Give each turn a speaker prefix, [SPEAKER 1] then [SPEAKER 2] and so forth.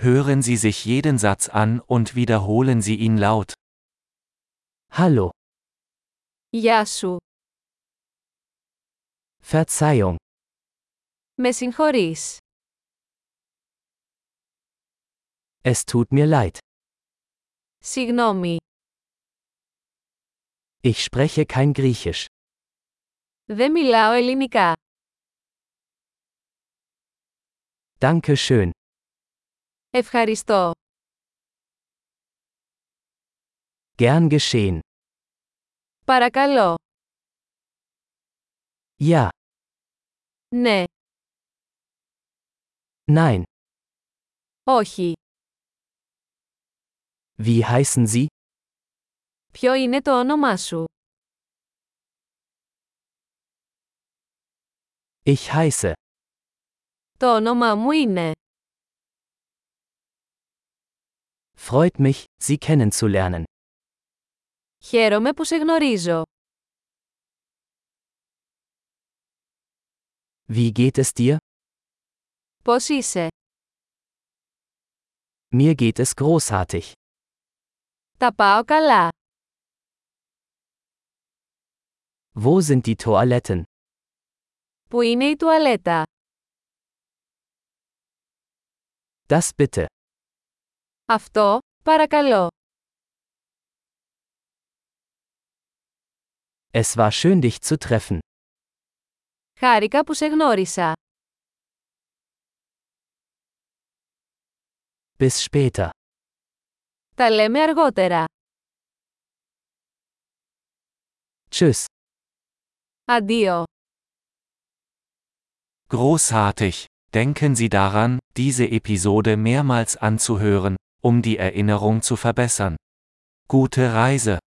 [SPEAKER 1] Hören Sie sich jeden Satz an und wiederholen Sie ihn laut. Hallo,
[SPEAKER 2] Γεια σου.
[SPEAKER 1] Verzeihung,
[SPEAKER 2] Με συγχωρείς.
[SPEAKER 1] es tut mir leid.
[SPEAKER 2] Συγγνώμη.
[SPEAKER 1] Ich spreche kein Griechisch.
[SPEAKER 2] Δεν μιλάω ελληνικά.
[SPEAKER 1] Danke schön.
[SPEAKER 2] Ευχαριστώ.
[SPEAKER 1] Gern geschehen.
[SPEAKER 2] Παρακαλώ.
[SPEAKER 1] Ja,
[SPEAKER 2] Ναι.
[SPEAKER 1] nein.
[SPEAKER 2] Όχι.
[SPEAKER 1] Wie heißen Sie?
[SPEAKER 2] Ποιο είναι το όνομά σου?
[SPEAKER 1] Ich heiße.
[SPEAKER 2] Το όνομά μου είναι.
[SPEAKER 1] Freut mich, Sie kennenzulernen.
[SPEAKER 2] Χαίρομαι που σε γνωρίζω.
[SPEAKER 1] Wie geht es dir?
[SPEAKER 2] Πώς είσαι?
[SPEAKER 1] Mir geht es großartig.
[SPEAKER 2] Τα πάω καλά.
[SPEAKER 1] Wo sind die Toiletten?
[SPEAKER 2] Πού είναι η τουαλέτα?
[SPEAKER 1] Das bitte.
[SPEAKER 2] Αυτό, παρακαλώ.
[SPEAKER 1] Es war schön, dich zu treffen.
[SPEAKER 2] Χάρηκα που σε γνώρισα.
[SPEAKER 1] Bis später.
[SPEAKER 2] Τα λέμε αργότερα.
[SPEAKER 1] Tschüss.
[SPEAKER 2] Αντίο.
[SPEAKER 3] Großartig! Denken Sie daran, diese Episode mehrmals anzuhören, um die Erinnerung zu verbessern. Gute Reise!